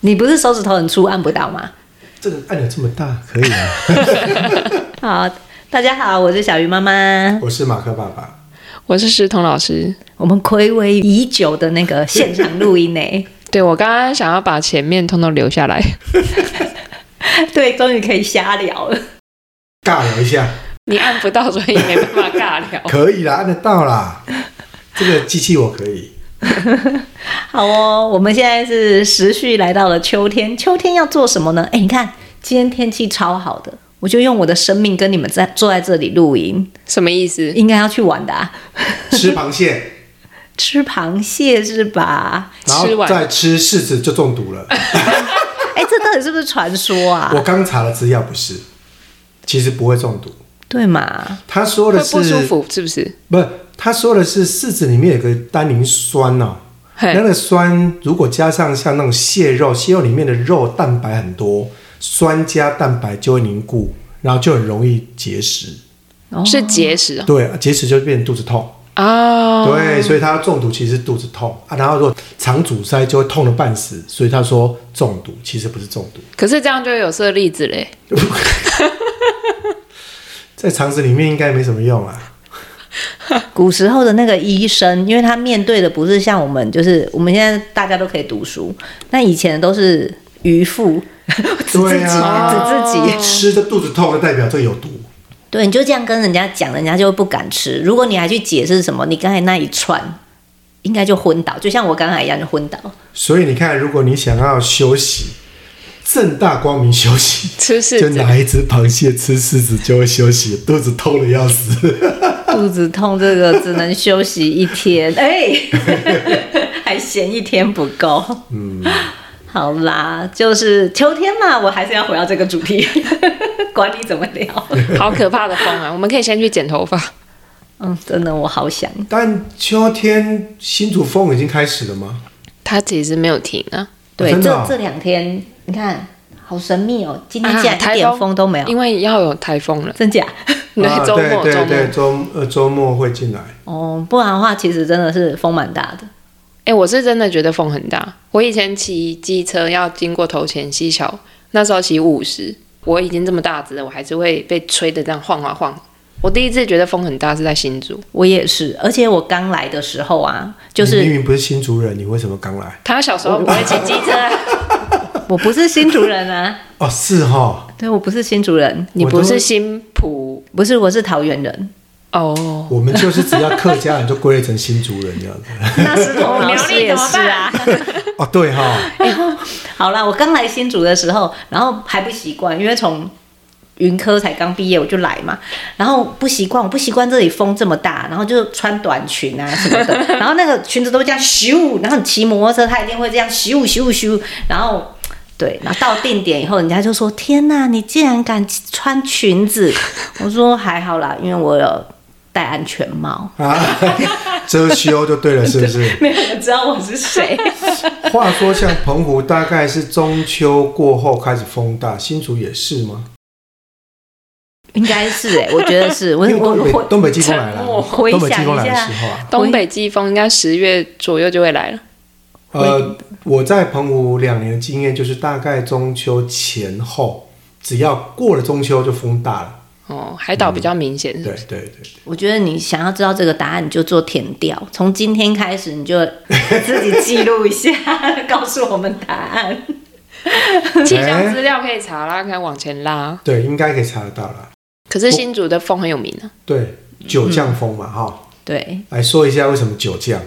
你不是手指头很粗，按不到吗？这个按钮这么大，可以啊。好，大家好，我是小鱼妈妈。 我是马克爸爸，我是石彤老师。我们暌违已久的那个现场录音呢， 对我刚刚想要把前面通通留下 来，对，终于可以瞎聊了。尬聊一下，你按不到，所以没办法尬聊。可以啦，按得到啦。这个机器我可以。好哦，我们现在是时序来到了秋天，秋天要做什么呢？哎，你看今天天气超好的，我就用我的生命跟你们在坐在这里录音，什么意思？应该要去玩的、啊，吃螃 蟹，吃螃蟹是吧？然后吃完再吃柿子就中毒 了。哎，这到底是不是传说啊？我刚查了资料，不是，其实不会中毒。对嘛？他说会的是不舒服是不是？不是，他说的是柿子里面有个单宁酸哦，嘿那那个酸如果加上像那种蟹肉，蟹肉里面的肉蛋白很多，酸加蛋白就会凝固，然后就很容易结石。是结石哦。对，结石就变肚子痛。哦，对，所以他中毒其实是肚子痛啊，然后如果肠阻塞就会痛得半死，所以他说中毒其实不是中毒，可是这样就会有色粒子嘞。在肠子里面应该没什么用啊。古时候的那个医生，因为他面对的不是像我们，就是我们现在大家都可以读书，那以前都是渔 夫，指自对己，啊指自己。吃的肚子痛就代表这个有毒，对，你就这样跟人家讲，人家就会不敢吃。如果你还去解释什么，你刚才那一串，应该就昏倒，就像我刚才一样就昏倒。所以你看，如果你想要休息，正大光明休息，吃柿就子拿一只螃蟹吃柿子就会休息，肚子痛的要死。 肚子痛，这个只能休息一天， 哎、还嫌一天不够。嗯，好啦，就是秋天嘛，我还是要回到这个主题， 管你怎么聊。好可怕的风啊！我们可以先去剪头发。嗯，真的，我好想。但秋天新竹风已经开始了吗？它其实没有停啊，对，真这的哦这两天你看，好神秘哦，今天啊竟然一台点风都没有，因为要有台风了。真假？对啊，，周对末周对末对，。周呃周末会进来。哦，不然的话，其实真的是风蛮大的。哎、我是真的觉得风很大。我以前骑机车要经过头前溪桥，那时候骑五十，我已经这么大只了，我还是会被吹的这样晃啊晃。我第一次觉得风很大是在新竹，我也是，而且我刚来的时候啊，就你是明明不是新竹人，你为什么刚来？他小时候不会骑机车啊、我不是新竹人啊， 哦，是哈，对我不是新竹人，你我不都是新浦不是我是桃园人。哦？我们就是只要客家人就归类成新竹人 这样子。那石头苗老栗师也怎么是啊。哦，对哈，哎好啦，我刚来新竹的时候，然后还不习惯，因为从云科才刚毕业我就来嘛，然后不习惯，我不习惯这里风这么大，然后就穿短裙啊什么的， 然后那个裙子都会这样咻，然后你骑摩托车它一定会这样咻咻咻，然后。对，然后到定点以后，人家就说：“天哪，你竟然敢穿裙子！” 我说：“还好啦，因为我有戴安全帽，啊， 遮羞就对了，是不是？ 没有人知道我是谁。话说，像澎湖大概是中秋过后开始风大，新竹也是吗？”应该是哎、我觉得是我因为我东我北东北季风来了，我回东北季想风来一的下时候啊，东北季风应该十月左右就会来了。呃，我在澎湖两年的经验就是，大概中秋前后，只要过了中秋就风大了。哦，海岛比嗯较明显、对是对对，我觉得你想要知道这个答案，你就做填调。从今天开始，你就自己记录一下， 告诉我们答案。不是气象资料可以查啦，可以往前拉。哎对，应该可以查得到啦。可是新竹的风很有名啊对，九嗯降风嘛，哈、对，来说一下为什么九降。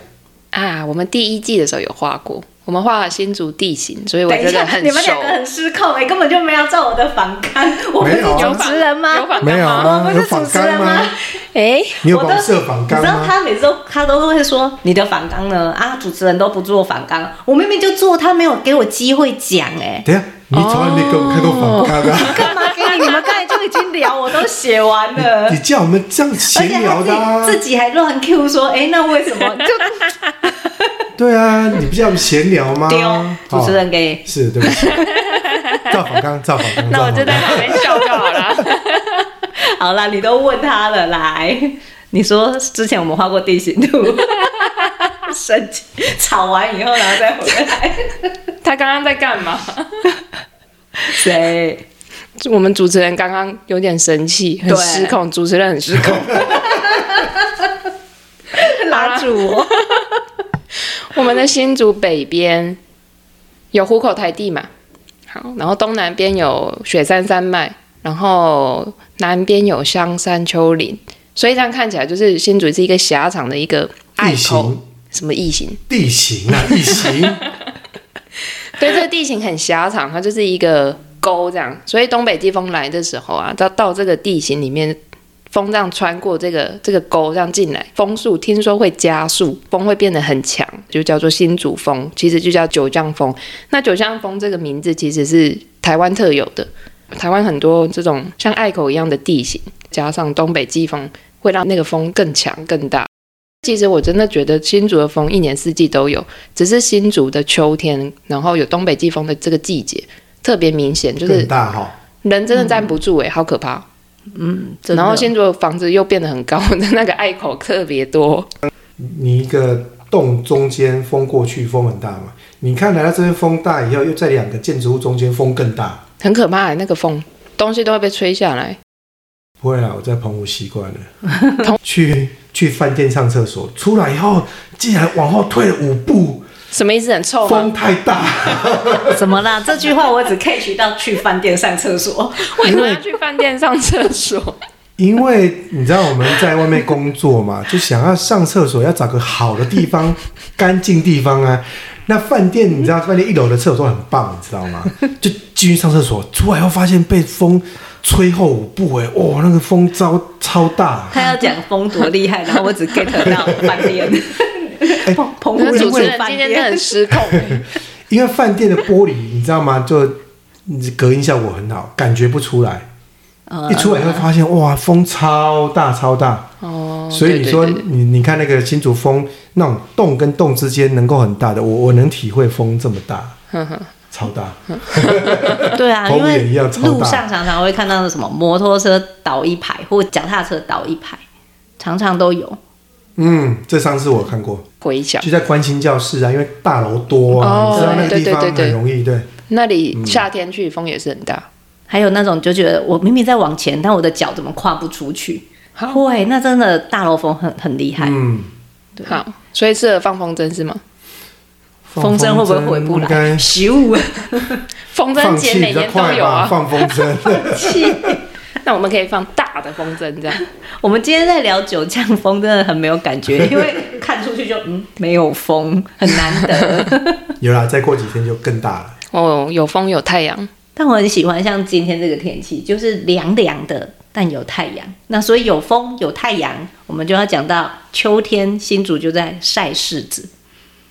啊！我们第一季的时候有画过，我们画了新竹地形，所以我等一真的下，很你们熟两。个很失控哎、根本就没有照我的反抗。我们是没有啊主持人吗？有反没有 吗？吗？我哦不有是反主持纲人吗吗？？哎、你有我都黄是色反纲你知道吗？他每次都他都会说你的反纲呢啊，主持人都不做反纲，我明明就做，他没有给我机会讲哎、等一下，你从来没给我们看过反纲啊！。干嘛给你？你们刚才就已经聊，我都写完了 你叫我们这样哦而且闲他聊自的、啊己，自己还乱 Q 说，哎、那为什么 就对啊，你不叫我们闲聊吗？丢啊哦？主持人给是，对不起，赵反刚，赵反刚，那我赵就反刚。在旁边笑就好了。好啦，你都问他了，来，你说之前我们画过 地形图，生气，吵完以后然后再回来， 他刚刚在干嘛？谁？我们主持人刚刚有点生气，很对失控，主持人很失控。 拉住 我。我们的新竹北边有虎口台地嘛，好，然后东南边有雪山山脉，然后南边有香山丘陵，所以这样看起来就是新竹是一个狭长的一个隘地口形，什么异形？地形啊，地 形，对，这个地形很狭长，它就是一个沟这样，所以东北季风来的时候啊，到到这个地形里面，风这样穿过这个这个沟这样进来，风速听说会加速，风会变得很强，就叫做新竹风，其实就叫九江风。那九江风这个名字其实是台湾特有的，台湾很多这种像隘口一样的地形，加上东北季风，会让那个风更强更大。其实我真的觉得新竹的风一年四季都有，只是新竹的秋天，然后有东北季风的这个季节特别明显，就是很大哈。人真的站不住哎、好可怕哦、嗯真的然后新竹的房子又变得很高， 那个隘口特别多。你一个洞中间风过去，风很大嘛。你看来到这边风大以后，又在两个建筑物中间风更大。很可怕、那个风，东西都会被吹下来。不会啦，我在澎湖习惯了。 去去饭店上厕所，出来以后竟然往后退了五步，什么意思？很臭吗？风太大。 怎么啦？这句话我只 catch 到去饭店上厕 所，为什么要去饭店上厕 所？因为你知道我们在外面工作嘛，就想要上厕所要找个好的地方，干净地方啊。那饭店你知道，饭店一楼的厕所都很棒，你知道吗？就进去上厕所，出来后发现被风吹后五步、哎，哇，那个风超超大。他要讲风多厉害，然后我只 get 到饭 店。 哎澎澎那湖主持人人饭今天真的店很失控。 因为饭店的玻璃，你知道吗？就隔音效果很好，感觉不出来。呃啊一出来会发现，哇，风超大超大。哦，所以你说对对对你你看那个新竹风，那种洞跟洞之间能够很大的，我我能体会风这么大，呵呵超 大。 对啊，澎因湖为也一样超大路上常常会看到什么摩托车倒一排，或脚踏车倒一排，常常都有。嗯，这上次我看过，回想就在关心教室啊，因为大楼多啊，哦你知道那个地方对对对对很容易对。那里嗯夏天去风也是很大。还有那种就觉得我明明在往前，但我的脚怎么跨不出去？好会，那真的大楼风很很厉害。嗯，好，所以适合放风筝是吗？风筝会不会回不应该来？食物 风筝放节气每比较年都快有吧，啊。放风 筝。那我们可以放大的风筝这样。我们今天在聊九降风，真的很没有感觉，因为看出去就嗯没有风，很难得。有啦，再过几天就更大了。哦，有风有太阳，但我很喜欢像今天这个天气，就是凉凉的，但有太阳。那所以有风有太阳，我们就要讲到秋天，新竹就在晒柿子。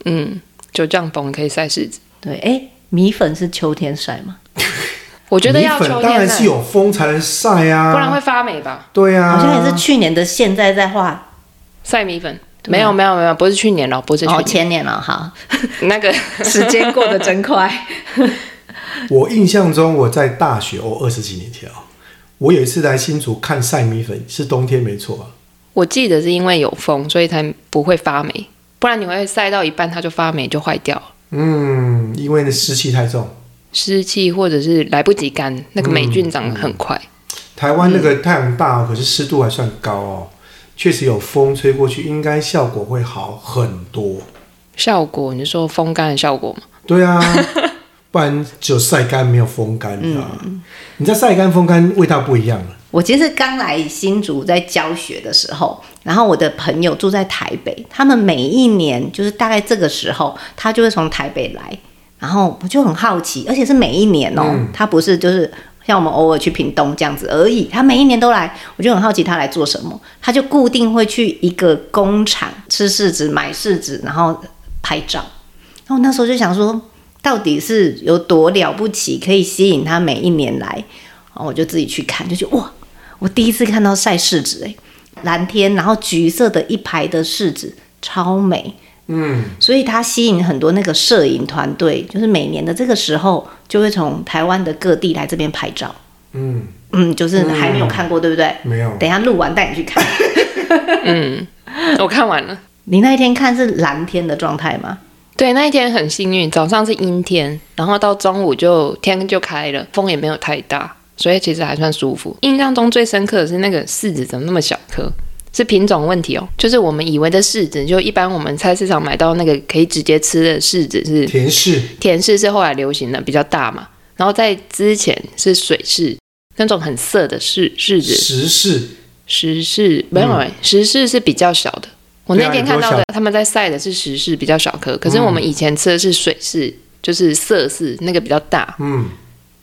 嗯，就这样风可以晒柿子。对，哎，米粉是秋天晒吗？我觉得米要粉秋当天然呢是，有风才能晒啊，不然会发霉吧？对啊，好像也是去年的现在在画晒米粉。没有没有没有，不是去年了，不是去哦，年，前年了哈， 那个时间过得真快。 我印象中，我在大学哦，二十几年前哦，我有一次来新竹看晒米粉，是冬天没错啊。我记得是因为有风，所以才不会发霉，不然你会晒到一半它就发霉就坏掉了，嗯，因为那湿气太重，湿气或者是来不及干，那个霉菌长得很快。台湾那嗯个太阳大、哦，可是湿度还算高哦。确实有风吹过去，应该效果会好很多。效果你是说风干的效果吗？ 对啊，不然只有晒干没有风干，你知道嗯吗？你知道晒干风干味道不一样了。我其实刚来新竹在教学的时候，然后我的朋友住在台北，他们每一年就是大概这个时候，他就会从台北来，然后我就很好奇，而且是每一年哦、他不是就是像我们偶尔去屏东这样子而已，他每一年都来，我就很好奇他来做什么，他就固定会去一个工厂吃柿子、买柿子，然后拍照。然后那时候就想说，到底是有多了不起，可以吸引他每一年来？然后我就自己去看，就觉得哇，我第一次看到晒柿子哎、蓝天，然后橘色的一排的柿子，超美。嗯，所以它吸引很多那个摄影团队，就是每年的这个时候，就会从台湾的各地来这边拍照。嗯，嗯，就是还没有看过，对不对？没有。等一下录完带你去看。嗯，我看完了，你那一天看是蓝天的状态吗？对，那一天很幸运，早上是阴天，然后到中午就天就开了，风也没有太大，所以其实还算舒服。印象中最深刻的是那个柿子怎么那么小颗？是品种问题哦，就是我们以为的柿子，就一般我们菜市场买到那个可以直接吃的柿子是甜柿甜柿是后来流行的，比较大嘛。然后在之前是水柿，那种很涩的柿柿子。石柿，石柿没有、欸，石柿是比较小的。我嗯对啊那天你看说嗯到的小，他们在晒的是石柿，比较小颗。可是我们以前吃的是水柿，就是涩柿，那个比较大。嗯，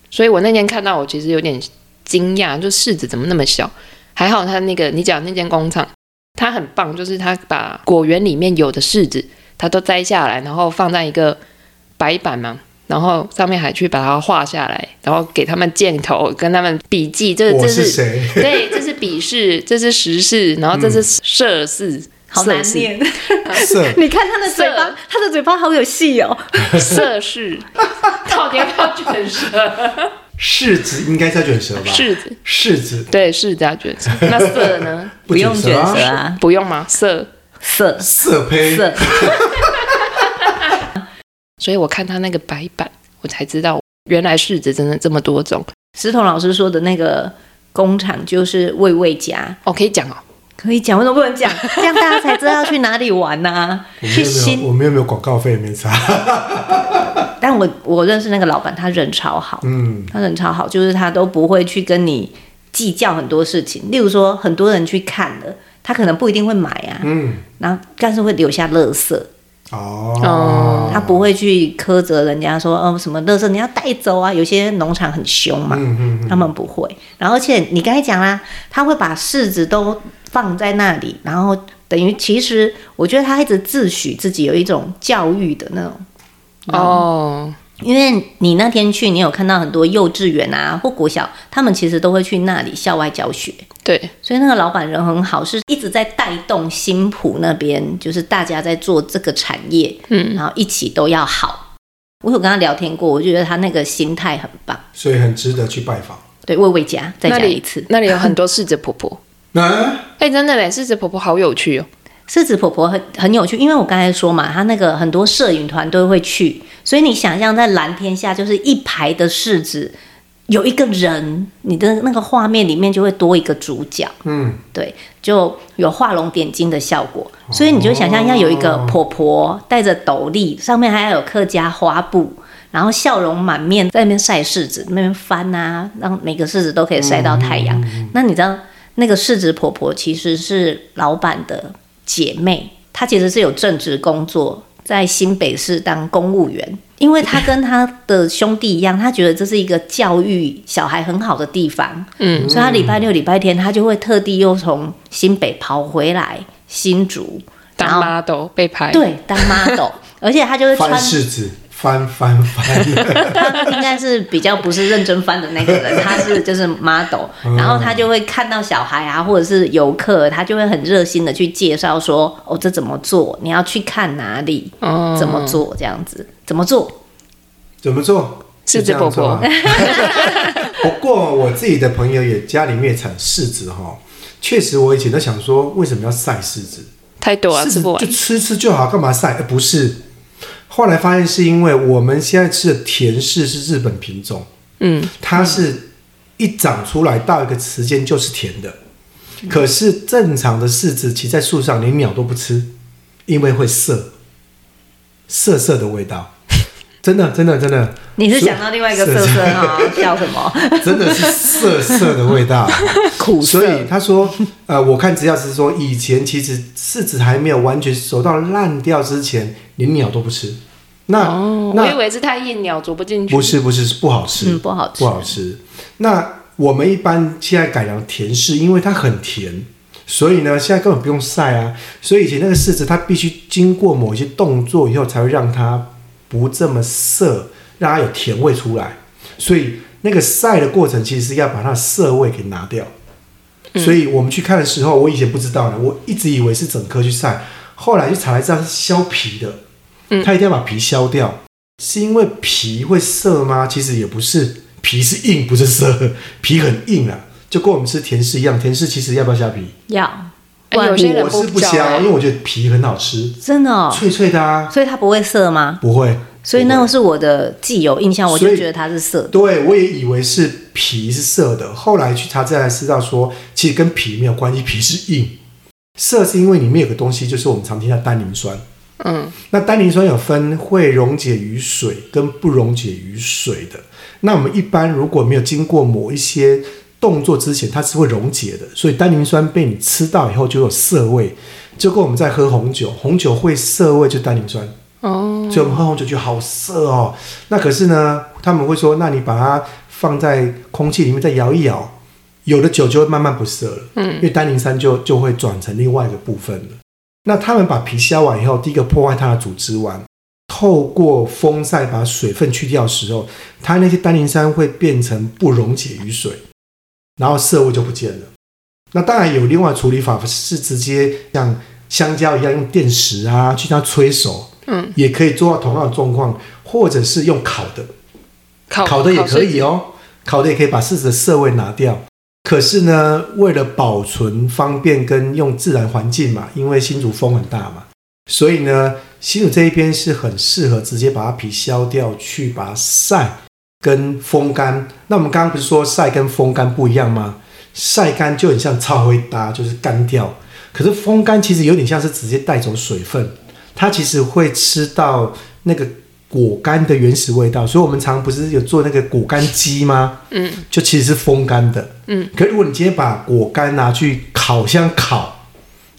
所以我那天看到，我其实有点惊讶，就柿子怎么那么小？还好他那个你讲那间工厂，它很棒，就是他把果园里面有的柿子，它都摘下来，然后放在一个白板嘛，然后上面还去把它画下来，然后给他们箭头，跟他们笔记，这个我这是是谁？ 对，这是笔试，这是时事，然后这是涉事，好涉难事，念。色 你看他的嘴巴色，他的嘴巴好有戏哦。涉事，到底要不要卷舌？柿子应该叫卷舌吧？柿子，柿子对，柿子要卷舌。那色呢？不用卷啊舌，啊，不用吗？色。色色胚色。所以我看他那个白板，我才知道原来柿子真的这么多种。石头老师说的那个工厂就是味味家，哦，可以讲哦。可以讲，为什么不能讲？这样大家才知道要去哪里玩呐、我们去又 没有，新。我们又没有广告费，没差。但我我认识那个老板，他人超好，嗯，他人超好，就是他都不会去跟你计较很多事情。例如说，很多人去看了，他可能不一定会买啊，嗯，然后但是会留下垃圾，哦，他不会去苛责人家说，哦，什么垃圾你要带走啊。有些农场很凶嘛，嗯嗯他们不会。然后，而且你刚才讲啦，他会把柿子都放在那里，然后等于其实我觉得他一直自诩自己有一种教育的那种。哦，因为你那天去，你有看到很多幼稚园啊或国小，他们其实都会去那里校外教学，对，所以那个老板人很好，是一直在带动新浦那边，就是大家在做这个产业，嗯，然后一起都要好。我有跟他聊天过，我觉得他那个心态很棒。所以很值得去拜访。对，魏魏家再那讲里一次，那里有很多柿子婆婆。那哎，真的嘞，柿子婆婆好有趣哦。狮子婆婆很很有趣，因为我刚才说嘛，她那个很多摄影团都会去，所以你想象在蓝天下就是一排的柿子，有一个人，你的那个画面里面就会多一个主角，嗯，对，就有画龙点睛的效果。所以你就想象要有一个婆婆戴着斗笠，上面还要有客家花布。然后笑容满面，在那边晒柿子，那边翻啊，让每个柿子都可以晒到太阳。那你知道那个柿子婆婆其实是老板的姐妹，她其实是有正职工作，在新北市当公务员。因为她跟她的兄弟一样，她觉得这是一个教育小孩很好的地方，嗯，所以她礼拜六、礼拜天，她就会特地又从新北跑回来新竹，然当后 model 被拍。对当 model，而且她就会穿翻柿子，翻翻翻，他应该是比较不是认真翻的那个人，他是就是 model，然后他就会看到小孩啊，或者是游客，他就会很热心的去介绍说，哦，这怎么做？你要去看哪里？嗯哦，怎么做？这样子怎么做？怎么做？柿子是这样婆做婆吗？ 不过我自己的朋友也家里面也产柿子哈，确实我以前都想说，为什么要晒柿子？太多柿了，啊吃子不就完。吃吃就好，干嘛晒？呃不是，后来发现是因为我们现在吃的甜柿是日本品种，嗯，它是一长出来到一个时间就是甜的。可是正常的柿子，其实在树上连鸟都不吃，因为会涩，涩涩的味道。真的，真的，真的，你是想到另外一个是色色啊？ 笑什么？真的是涩涩的味道。苦所以涩。他说，呃，我看资料是说，以前其实柿子还没有完全熟到烂掉之前，连鸟都不吃。那、哦，我以那为是太硬，鸟啄不进去。不是不是是不好吃，嗯，不好吃不。好吃。那我们一般现在改良甜柿，因为它很甜，所以呢，现在根本不用晒啊。所以以前那个柿子，它必须经过某一些动作以后，才会让它不这么涩，让它有甜味出来。所以那个晒的过程，其实要把它的涩味给拿掉。嗯所以我们去看的时候，我以前不知道的，我一直以为是整颗去晒，后来去查才知道是削皮的，嗯它一定要把皮削掉，是因为皮会涩吗？其实也不是，皮是硬， 不是涩，皮很硬啊，就跟我们吃甜食一样，甜食其实要不要削皮？要哎哇有些人我是不嚼削，哎因为我觉得皮很好吃，真的哦，脆脆的啊，所以它不会涩吗？不会。所以那个是我的既有印象，我所就以觉得它是涩的。对我也以为是皮是涩的，后来去查资料才知道说，其实跟皮没有关系，皮是硬。涩是因为里面有个东西，就是我们常听到单宁酸。嗯，那单宁酸有分会溶解于水跟不溶解于水的。那我们一般如果没有经过某一些动作之前，它是会溶解的，所以单宁酸被你吃到以后就有涩味，就跟我们在喝红酒，红酒会涩味就单宁酸。哦，所以我们喝红酒就好涩哦。那可是呢，他们会说，那你把它放在空气里面再摇一摇，有的酒就会慢慢不涩了，嗯因为单宁酸就就会转成另外一个部分了。那他们把皮削完以后，第一个破坏它的组织完，透过风晒把水分去掉的时候，它那些单宁酸会变成不溶解于水，然后涩味就不见了。那当然有另外处理法是直接像香蕉一样用电石啊去它催熟，嗯，也可以做到同样的状况，或者是用烤的，烤烤的也可以哦，哦，烤的也可以把柿子的涩味拿掉。可是呢，为了保存方便跟用自然环境嘛，因为新竹风很大嘛，所以呢，新竹这一边是很适合直接把它皮削掉，去把它晒跟风干。那我们刚刚不是说晒跟风干不一样吗？晒干就很像超灰搭，就是干掉。可是风干其实有点像是直接带走水分，它其实会吃到那个果干的原始味道。所以我们常不是有做那个果干鸡吗？嗯，就其实是风干的。嗯，可如果你今天把果干拿去烤箱烤，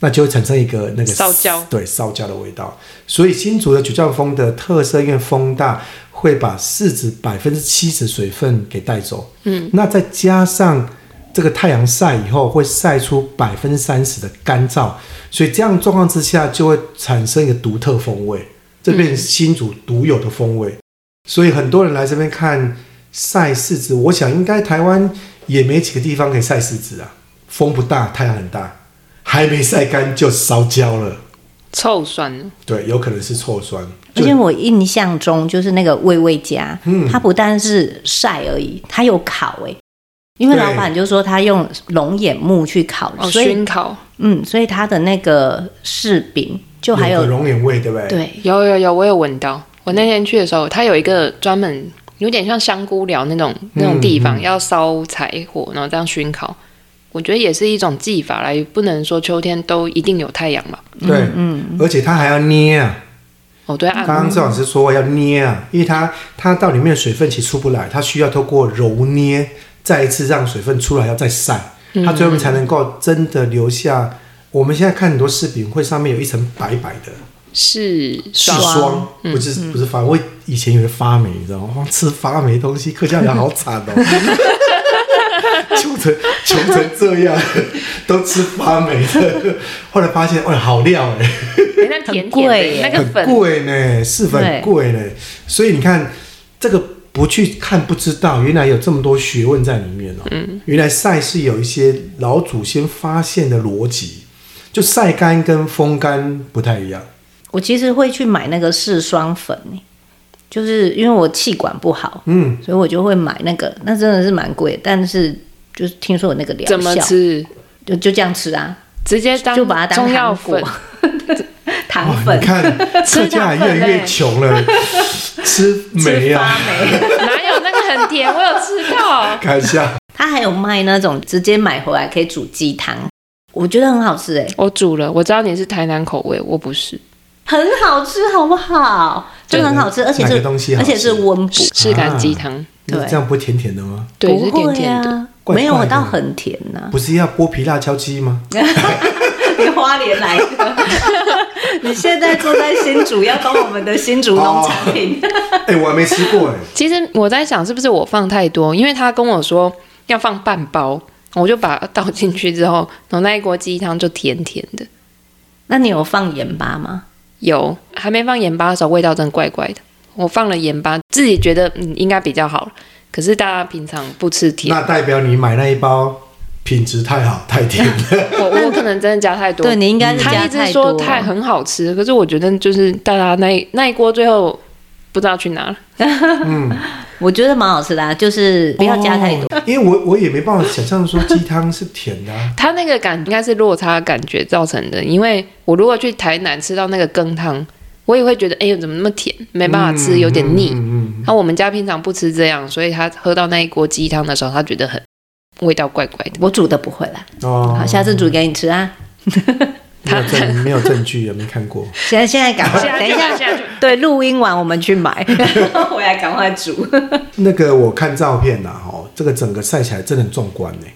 那就会产生一个那个烧焦对烧焦的味道。所以新竹的九降风的特色，因为风大，会把柿子百分之七十水分给带走。嗯，那再加上这个太阳晒以后，会晒出百分之三十的干燥，所以这样状况之下，就会产生一个独特风味，这变嗯成新竹独有的风味。所以很多人来这边看晒柿子，我想应该台湾也没几个地方可以晒柿子啊，风不大，太阳很大，还没晒干就烧焦了。臭酸了，对，有可能是臭酸。而就且我印象中，就是那个味味家，嗯它不但是晒而已，它有烤哎、因为对老板就说他用龙眼木去烤，哦，所以熏烤，嗯，所以它的那个柿饼就还有有个龙眼味，对不对？，对有有有，我有闻到。我那天去的时候，它有一个专门有点像香菇寮那种那种地方，嗯要烧柴火，然后这样熏烤。我觉得也是一种技法啦，也不能说秋天都一定有太阳嘛。对，嗯，而且它还要捏啊。哦，对刚啊，刚郑老师说要捏啊，因为它它到里面的水分其实出不来，它需要透过揉捏，再一次让水分出来，要再晒，它最后才能够真的留下。我们现在看很多视频，会上面有一层白白的，是是嗯爽霜，不是不是发霉。我以前以为发霉，你知道吗？哇吃发霉东西，客家人好惨哦， 穷成穷成这样，都吃发霉的。后来发现，哎，好料哎。哎那很甜甜贵耶的那个很粉，贵呢，是粉很贵呢。所以你看，这个不去看不知道，原来有这么多学问在里面哦。嗯，原来晒是有一些老祖先发现的逻辑，就晒干跟风干不太一样。我其实会去买那个柿霜粉、欸，就是因为我气管不好，嗯，所以我就会买那个，那真的是蛮贵，但是就是听说有那个疗效，怎么吃？就就这样吃啊，直接当就把它当中药糖果，粉哇 糖哦你啊粉。看客家人越来越穷了，吃没啊？，哪有那个很甜？我有吃到看一下， 它还有卖那种直接买回来可以煮鸡汤，我觉得很好吃哎、 我煮了。我知道你是台南口味，我不是，很好吃，好不好？就很好吃，而且哪是个东西好而吃且是温补，是啊干鸡汤，对那这样不会甜甜的吗？对，是不甜会甜的。啊，怪怪的没有到很甜啊呐、不是要剥皮辣椒鸡吗？你花莲来的， 你现在坐在新竹，要搞我们的新竹农产品，哎、我还没吃过哎、其实我在想，是不是我放太多？因为他跟我说要放半包，我就把它倒进去之后，然后那一锅鸡汤就甜甜的。那你有放盐巴吗？有还没放盐巴的时候，味道真的怪怪的。我放了盐巴，自己觉得嗯应该比较好了。可是大家平常不吃 甜，那代表你买那一包品质太好太甜了。我我可能真的加太多。对你应该是他加一直太说多，啊太很好吃，可是我觉得就是大家那一那一锅最后不知道去哪了。。我觉得蛮好吃的、啊，就是不要加太多。哦因为我我也没办法想象说鸡汤是甜的、啊它那个感应该是落差感觉造成的，因为我如果去台南吃到那个羹汤，我也会觉得哎呦怎么那么甜，没办法吃，有点腻。嗯嗯那、我们家平常不吃这样，所以他喝到那一锅鸡汤的时候，他觉得很味道怪怪的。我煮的不会啦，嗯哦好，下次煮给你吃啊。没有证没有证据，也没看过。现在现在赶快，等一下， 下去，对，录音完我们去 买，啊然后回来赶快煮。那个我看照片啦，哦，这个整个晒起来真的很壮观呢。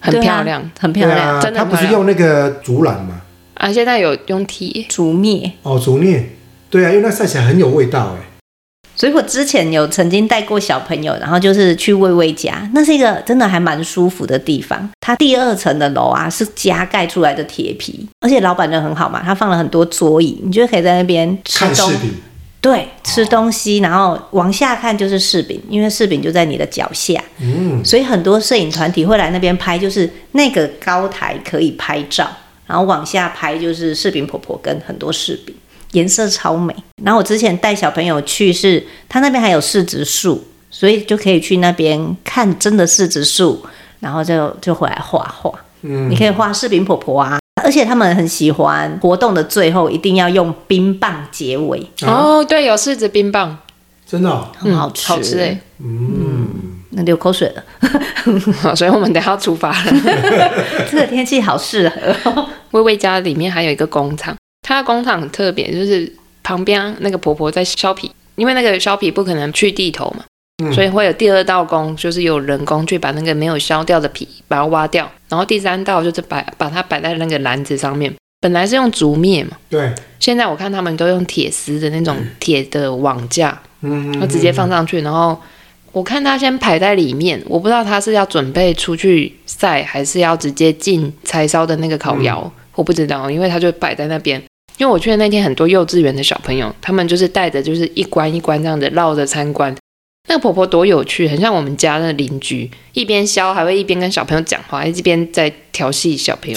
很漂亮对啊，很漂对亮。啊，真的它很不漂亮是用那个竹篮嘛？啊！现在有用提，煮面，哦，竹篾。对啊，因为那晒起来很有味道哎。所以我之前有曾经带过小朋友，然后就是去薇薇家，那是一个真的还蛮舒服的地方。它第二层的楼啊是加盖出来的铁皮，而且老板人很好嘛，他放了很多桌椅，你就可以在那边吃看东视频，对，吃东西，然后往下看就是柿饼，因为柿饼就在你的脚下，嗯，所以很多摄影团体会来那边拍，就是那个高台可以拍照，然后往下拍就是柿饼婆婆跟很多柿饼，颜色超美。然后我之前带小朋友去是，他那边还有柿子树，所以就可以去那边看真的柿子树，然后就就回来画画。嗯你可以画柿饼婆婆啊，而且他们很喜欢活动的最后一定要用冰棒结尾。啊，哦，对，有柿子冰棒， 真的哦，很好吃，好吃哎、嗯，那流口水了。 好所以我们等一下要出发了。这个天气好适合，哦薇薇家里面还有一个工厂，它的工厂很特别，就是旁边那个婆婆在削皮，因为那个削皮不可能去地头嘛，嗯所以会有第二道工，就是有人工去把那个没有削掉的皮把它挖掉，然后第三道就是摆把它摆在那个篮子上面。本来是用竹篾嘛，对，现在我看他们都用铁丝的那种铁的网架，嗯，那直接放上去，然后我看他先排在里面，我不知道他是要准备出去晒，还是要直接进柴烧的那个烤窑，嗯我不知道，因为他就摆在那边。因为我去的那天很多幼稚园的小朋友，他们就是带着就是一关一关这样子绕着参观。那个婆婆多有趣，很像我们家的邻居，一边削还会一边跟小朋友讲话，一边在调戏小 朋友。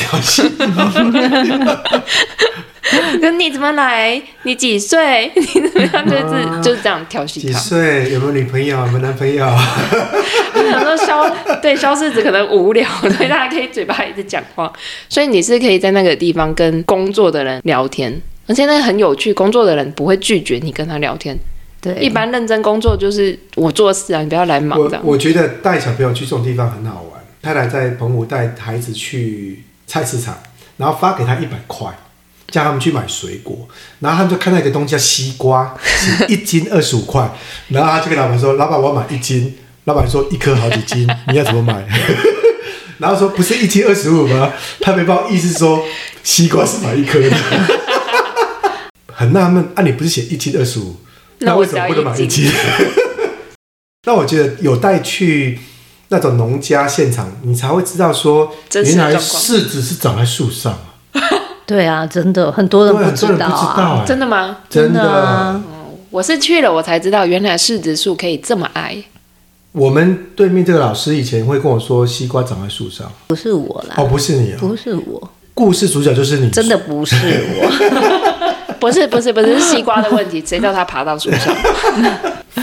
就你怎么来？你几岁？ 你怎么嗯样？就是就是这样调戏几他。岁？有没有女朋友？有没有男朋友？我想说消 对消柿子可能无聊，所以大家可以嘴巴一直讲话，所以你是可以在那个地方跟工作的人聊天，而且那个很有趣，工作的人不会拒绝你跟他聊天。对，一般认真工作就是我做事啊，你不要来忙这我样。我觉得带小朋友去这种地方很好玩。太太在澎湖带孩子去菜市场，然后发给他一百块，叫他们去买水果，然后他们就看到一个东西叫西瓜，是一斤二十五块，然后他就跟老板说：“老板，我要买一斤。”老板说：“一颗好几斤，你要怎么买？”然后说：“不是一斤二十五吗？”他没办法，意思说西瓜是买一颗的。很纳闷，啊，你不是写一斤二十五，那那我为什么只要不能买一一斤斤？ 那我觉得有带去那种农家现场，你才会知道说，真实原的来状况柿子是长在树上啊，对啊，真的很多对，人很不多人不知道啊，道、哎，真的吗？真的啊，我是去了我才知道，原来柿子树可以这么矮。我们对面这个老师以前会跟我说，西瓜长在树上，不是我啦，哦，不是你啊，不是我，故事主角就是你，真的不是 我，不是不是不是是西瓜的问题，谁叫它爬到树上？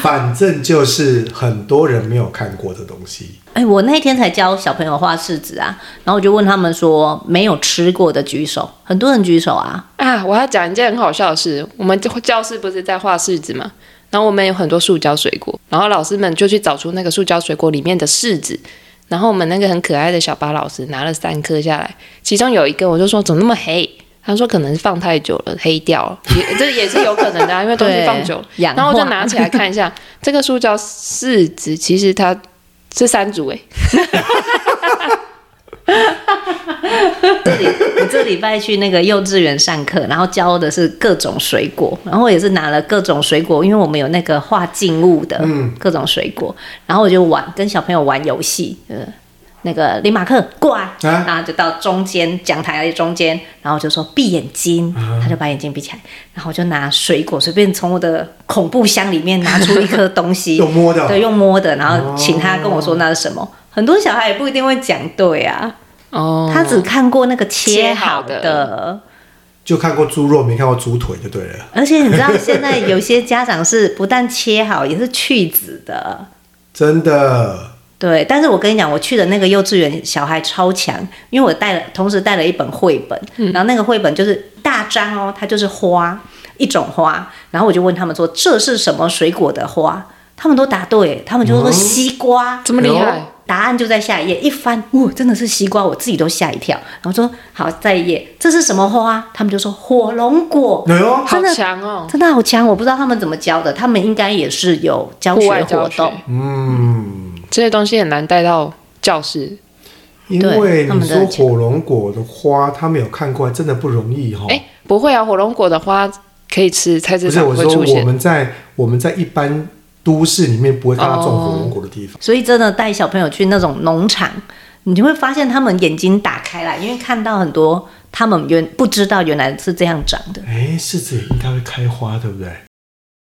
反正就是很多人没有看过的东西，哎，我那天才教小朋友画柿子啊，然后我就问他们说没有吃过的举手，很多人举手啊，啊，我要讲一件很好笑的事。我们教室不是在画柿子嘛，然后我们有很多塑胶水果，然后老师们就去找出那个塑胶水果里面的柿子。然后我们那个很可爱的小巴老师拿了三颗下来，其中有一个我就说怎么那么黑？他说可能是放太久了黑掉了，也这也是有可能的、啊，因为东西 对放久了。氧然化后我就拿起来看一下，这个塑胶柿子其实它是三组欸诶，这里我这礼拜去那个幼稚园上课，然后教的是各种水果，然后我也是拿了各种水果，因为我们有那个画静物的嗯各种水果，然后我就玩跟小朋友玩游戏，呃，那个林马克过来，啊然后就到中间讲台的中间，然后我就说闭眼睛，他就把眼睛闭起来，然后我就拿水果随便从我的恐怖箱里面拿出一颗东 西，有摸的哦对，用摸的，然后请他哦跟我说那是什么。很多小孩也不一定会讲对啊，哦他只看过那个切好切好就看过猪肉，没看过猪腿就对了，而且你知道，现在有些家长是不但切好，也是去籽的。真的。对，但是我跟你讲，我去的那个幼稚园小孩超强，因为我带了，同时带了一本绘本，嗯然后那个绘本就是大张哦，它就是花一种花，然后我就问他们说这是什么水果的花，他们都答对，他们就说嗯西瓜，哦这么厉哎呦害，答案就在下一页，一翻，哇，真的是西瓜，我自己都吓一跳。然后说好，再一页，这是什么花？他们就说火龙果，哎呦，真好的强哦！真的好强，我不知道他们怎么教的，他们应该也是有教户学外教活学动，嗯，这些东西很难带到教室。因对为他你们的说火龙果的花，他们有看过，真的不容易哈。哎、不会啊，火龙果的花可以吃，菜市不是场我会说出我现。们在我们在一般都市里面不会看到种火龙果的哦地方，所以真的带小朋友去那种农场，你就会发现他们眼睛打开来，因为看到很多他们原不知道原来是这样长的。哎、柿子也应该会开花，对不对？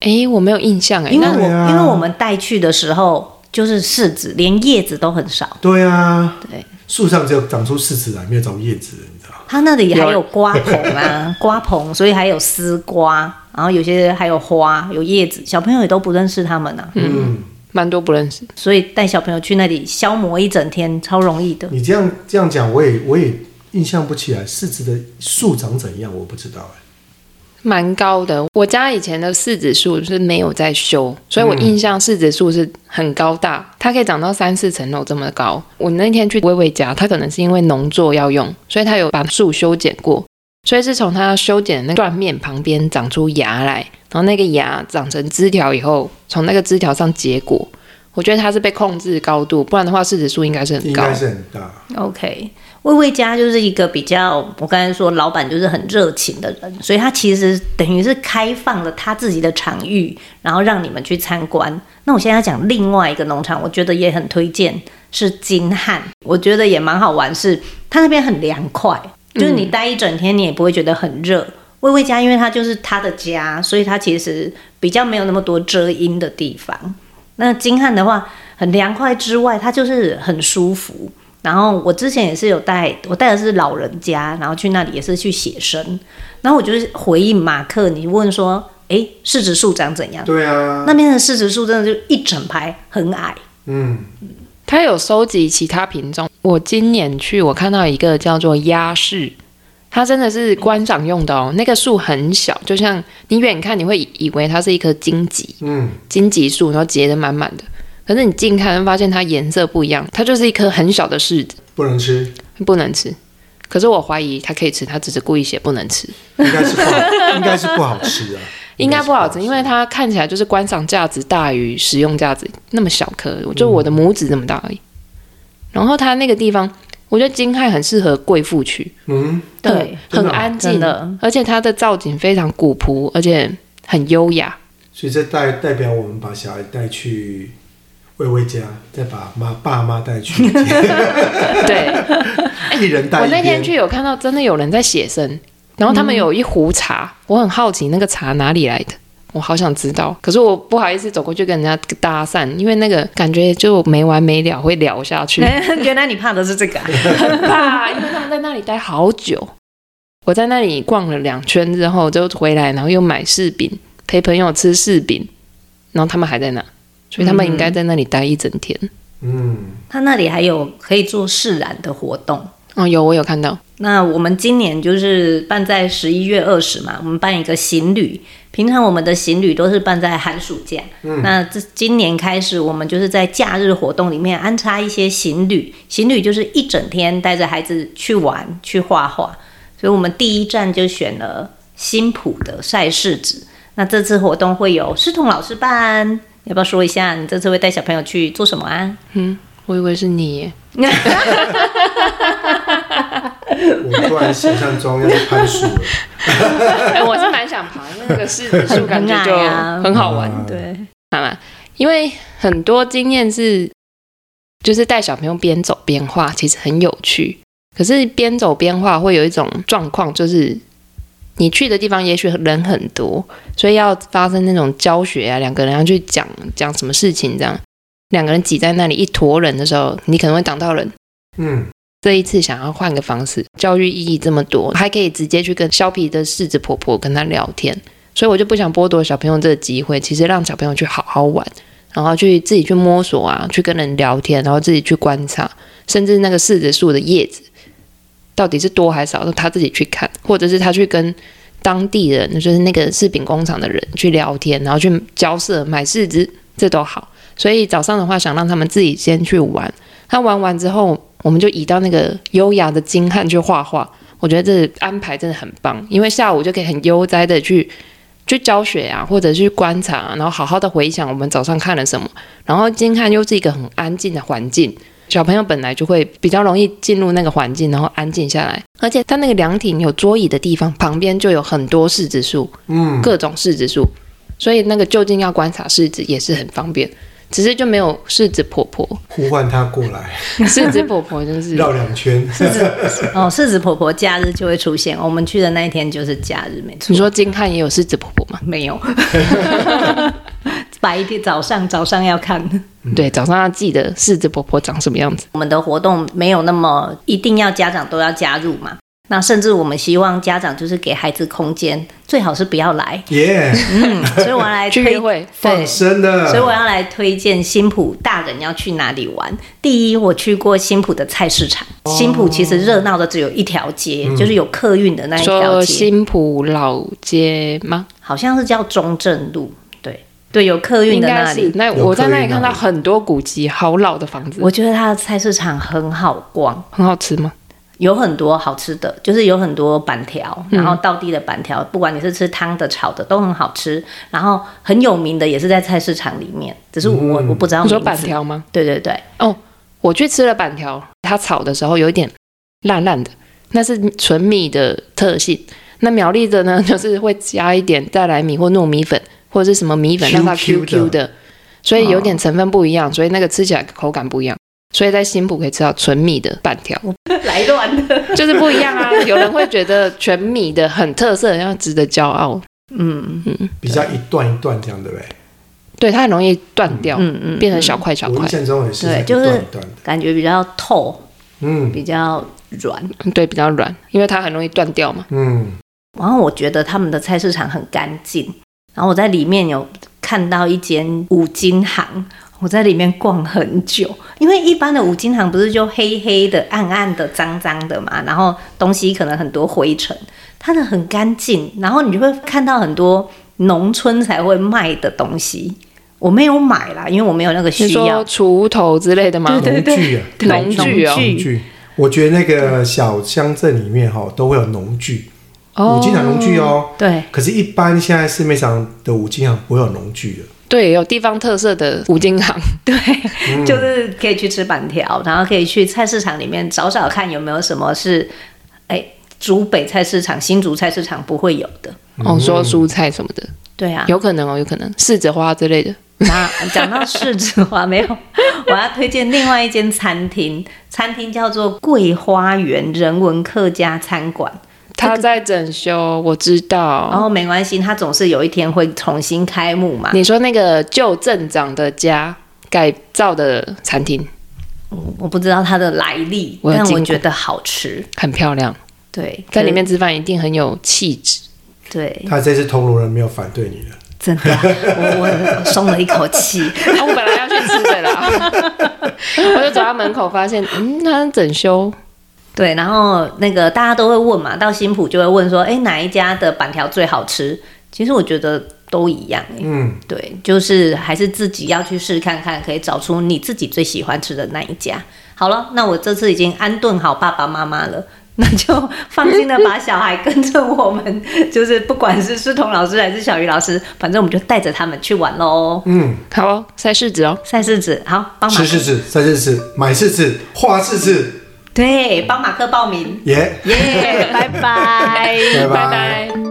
哎、我没有印象哎、因为那我、对啊因为我们带去的时候，就是柿子，连叶子都很少。对啊，对，树上只有长出柿子来，没有长叶子，你知道？它那里还有瓜棚 啊，瓜棚，所以还有丝瓜，然后有些还有花，有叶子，小朋友也都不认识他们啊，嗯，蛮多不认识。所以带小朋友去那里消磨一整天，超容易的。你这样这样讲，我也我也印象不起来柿子的树长怎样，我不知道哎、蛮高的。我家以前的柿子树是没有在修，所以我印象柿子树是很高大，它可以长到三四层楼这么高。我那天去薇薇家，它可能是因为农作要用，所以它有把树修剪过，所以是从它修剪的那断面旁边长出芽来，然后那个芽长成枝条以后，从那个枝条上结果。我觉得它是被控制高度，不然的话，柿子树应该是很应高。该是很大。 OK，魏魏家就是一个比较，我刚才说老板就是很热情的人，所以他其实等于是开放了他自己的场域，然后让你们去参观。那我现在要讲另外一个农场，我觉得也很推荐，是金汉，我觉得也蛮好玩，是它那边很凉快，就是你待一整天，你也不会觉得很热。魏魏家因为它就是他的家，所以它其实比较没有那么多遮阴的地方。那金汉的话，很凉快之外，它就是很舒服。然后我之前也是有带，我带的是老人家，然后去那里也是去写生。然后我就是回应马克，你问说，诶，柿子树长怎样？对啊，那边的柿子树真的就一整排很矮，嗯，它有收集其他品种。我今年去，我看到一个叫做鸭柿，它真的是观赏用的哦。那个树很小，就像你远看你会以以为它是一棵荆棘，嗯，荆棘树，然后结得满满的。可是你近看会发现它颜色不一样，它就是一颗很小的柿子，不能吃，不能吃。可是我怀疑它可以吃，它只是故意写不能吃，应该是不 好，应该是不好吃啊，应该不好吃，因为它看起来就是观赏价值大于食用价值，那么小颗，就我的拇指这么大而已。然后它那个地方，我觉得金泰很适合贵妇去，嗯，对，真很的哦安静真的而且它的造景非常古朴，而且很优 雅。所以这代代表我们把小孩带去薇薇家，再把妈爸妈带 去，对一人带我一那天边。去有看到真的有人在写生，然后他们有一壶茶，我很好奇那个茶哪里来的。我好想知道，可是我不好意思走过去跟人家搭讪，因为那个感觉就没完没了，会聊下 去。 原来你怕的是这个、啊，吧，因为他们在那里待好久。我在那里逛了两圈之后就回来，然后又买柿饼，陪朋友吃柿饼，然后他们还在那，所以他们应该在那里待一整天。嗯，他那里还有可以做释然的活动。哦，有我有看到，那我们今年就是办在十一月二十嘛，我们办一个行旅。平常我们的行旅都是办在寒暑假，那这今年开始，我们就是在假日活动里面安插一些行旅。行旅就是一整天带着孩子去玩、去画画。所以我们第一站就选了新浦的晒柿子。那这次活动会有师彤老师办，你要不要说一下你这次会带小朋友去做什么啊？ 我以为是你耶，我突然想象中要去攀树 了，哎，我是蛮想爬，因为那个柿子树感觉就很矮啊很好玩，嗯对，好吗？因为很多经验是，就是带小朋友边走边画，其实很有趣。可是边走边画会有一种状况，就是你去的地方也许人很多，所以要发生那种教学啊，两个人要去讲讲什么事情这样。两个人挤在那里一坨人的时候，你可能会挡到人，嗯，这一次想要换个方式，教育意义这么多，还可以直接去跟削皮的柿子婆婆跟她聊天，所以我就不想剥夺小朋友这个机会，其实让小朋友去好好玩，然后去自己去摸索啊，去跟人聊天，然后自己去观察，甚至那个柿子树的叶子到底是多还少，都他自己去看，或者是他去跟。当地人，就是那个柿饼工厂的人去聊天，然后去交涉买柿子，这都好。所以早上的话，想让他们自己先去玩，他玩完之后，我们就移到那个优雅的金汉去画画。我觉得这安排真的很棒，因为下午就可以很悠哉的去去教学啊，或者去观察、啊，然后好好的回想我们早上看了什么。然后金汉又是一个很安静的环境，小朋友本来就会比较容易进入那个环境，然后安静下来。而且它那个凉亭有桌椅的地方，旁边就有很多柿子树，嗯，各种柿子树，所以那个就近要观察柿子也是很方便。只是就没有柿子婆婆，呼唤他过来，柿子婆婆就是绕两圈。柿子 哦，柿子婆婆假日就会出现，我们去的那一天就是假日，没错你。说金汉也有柿子婆婆吗？没有， 白天早上早上要看。嗯对，早上要记得柿子婆婆长什么样子。我们的活动没有那么一定要家长都要加入嘛。那甚至我们希望家长就是给孩子空间，最好是不要来。耶，嗯，所以我要来去推约会对放，生的，所以我要来推荐新浦大人要去哪里玩。第一，我去过新浦的菜市场，新浦其实热闹的只有一条街，就是有客运的那一条嗯说街。新浦老街吗？好像是叫中正路，对对，有客运应的该那是里。。那有我在客那里运那啊看到里很多古迹，好老的房子，我觉得它的菜市场很好逛，很好吃吗？有很多好吃的，就是有很多板条，嗯然后道地的板条，不管你是吃汤的、炒的，都很好吃。然后很有名的也是在菜市场里面，只是我、嗯我不知道你名字。说板条吗？对对 对，我去吃了板条，它炒的时候有一点烂烂的，那是纯米的特性。那苗栗的呢， 就是会加一点再来米或糯米粉或者是什么米粉，让它 QQ 的 QQ 的，所以有点成分不一哦样，所以那个吃起来口感不一样。所以在新浦可以吃到纯米的板条，来乱的。就是不一 样啊。有人会觉得全米的很特色，然后值得骄傲。嗯嗯，比较一段一段这样，对不对？对，它很容易断掉，嗯嗯，变成小块小我块印。象中也是对一就是段一段的，感觉比较透，嗯比较软。对，比较软，因为它很容易断掉嘛。嗯，然后我觉得他们的菜市场很干净，然后我在里面有看到一间五金行，我在里面逛很久，因为一般的五金行不是就黑黑的、暗暗的、脏脏的嘛，然后东西可能很多灰尘，它的很干净，然后你就会看到很多农村才会卖的东西。我没有买啦，因为我没有那个你需要说。锄头之类的吗？对农对具啊，农具哦农具。我觉得那个小乡镇里面哈都会有农具，五金行农具哦。对，可是，一般现在市面上的五金行不会有农具的。对，有地方特色的五金行，嗯就是可以去吃板条，然后可以去菜市场里面找找看有没有什么是，哎，竹北菜市场、新竹菜市场不会有的。哦，说蔬菜什么的，对啊，有可能哦，有可能柿子花之类的。那讲到柿子花没有，我要推荐另外一间餐厅，餐厅叫做桂花园人文客家餐馆。他在整修，我知然道。后没关系，它总是有一天会重新开幕嘛。哦你说那个旧镇长的家改造的餐厅我不知道它的来历，我有但经我过觉得好吃。很漂亮，对，在里面吃饭一定很有气质。对，他这次铜锣人没有反对你的，真的，我我松了一口气。 啊我本来要去吃的啦， 我就走到门口发现，嗯，他整修，对，然后那个大家都会问嘛，到新浦就会问说，哎，哪一家的板条最好吃？其实我觉得都一样、诶嗯，对，就是还是自己要去试看看，可以找出你自己最喜欢吃的那一家。好了，那我这次已经安顿好爸爸妈妈了。 那就放心的把小孩跟着我们，就是不管是师彤老师还是小鱼老师，反正我们就带着他们去玩喽。好哦，晒柿子哦。 晒柿子，好，帮哦马吃柿克，子、摘柿子、买柿子、画柿子，对，帮马克报名，耶、耶、拜拜。拜拜拜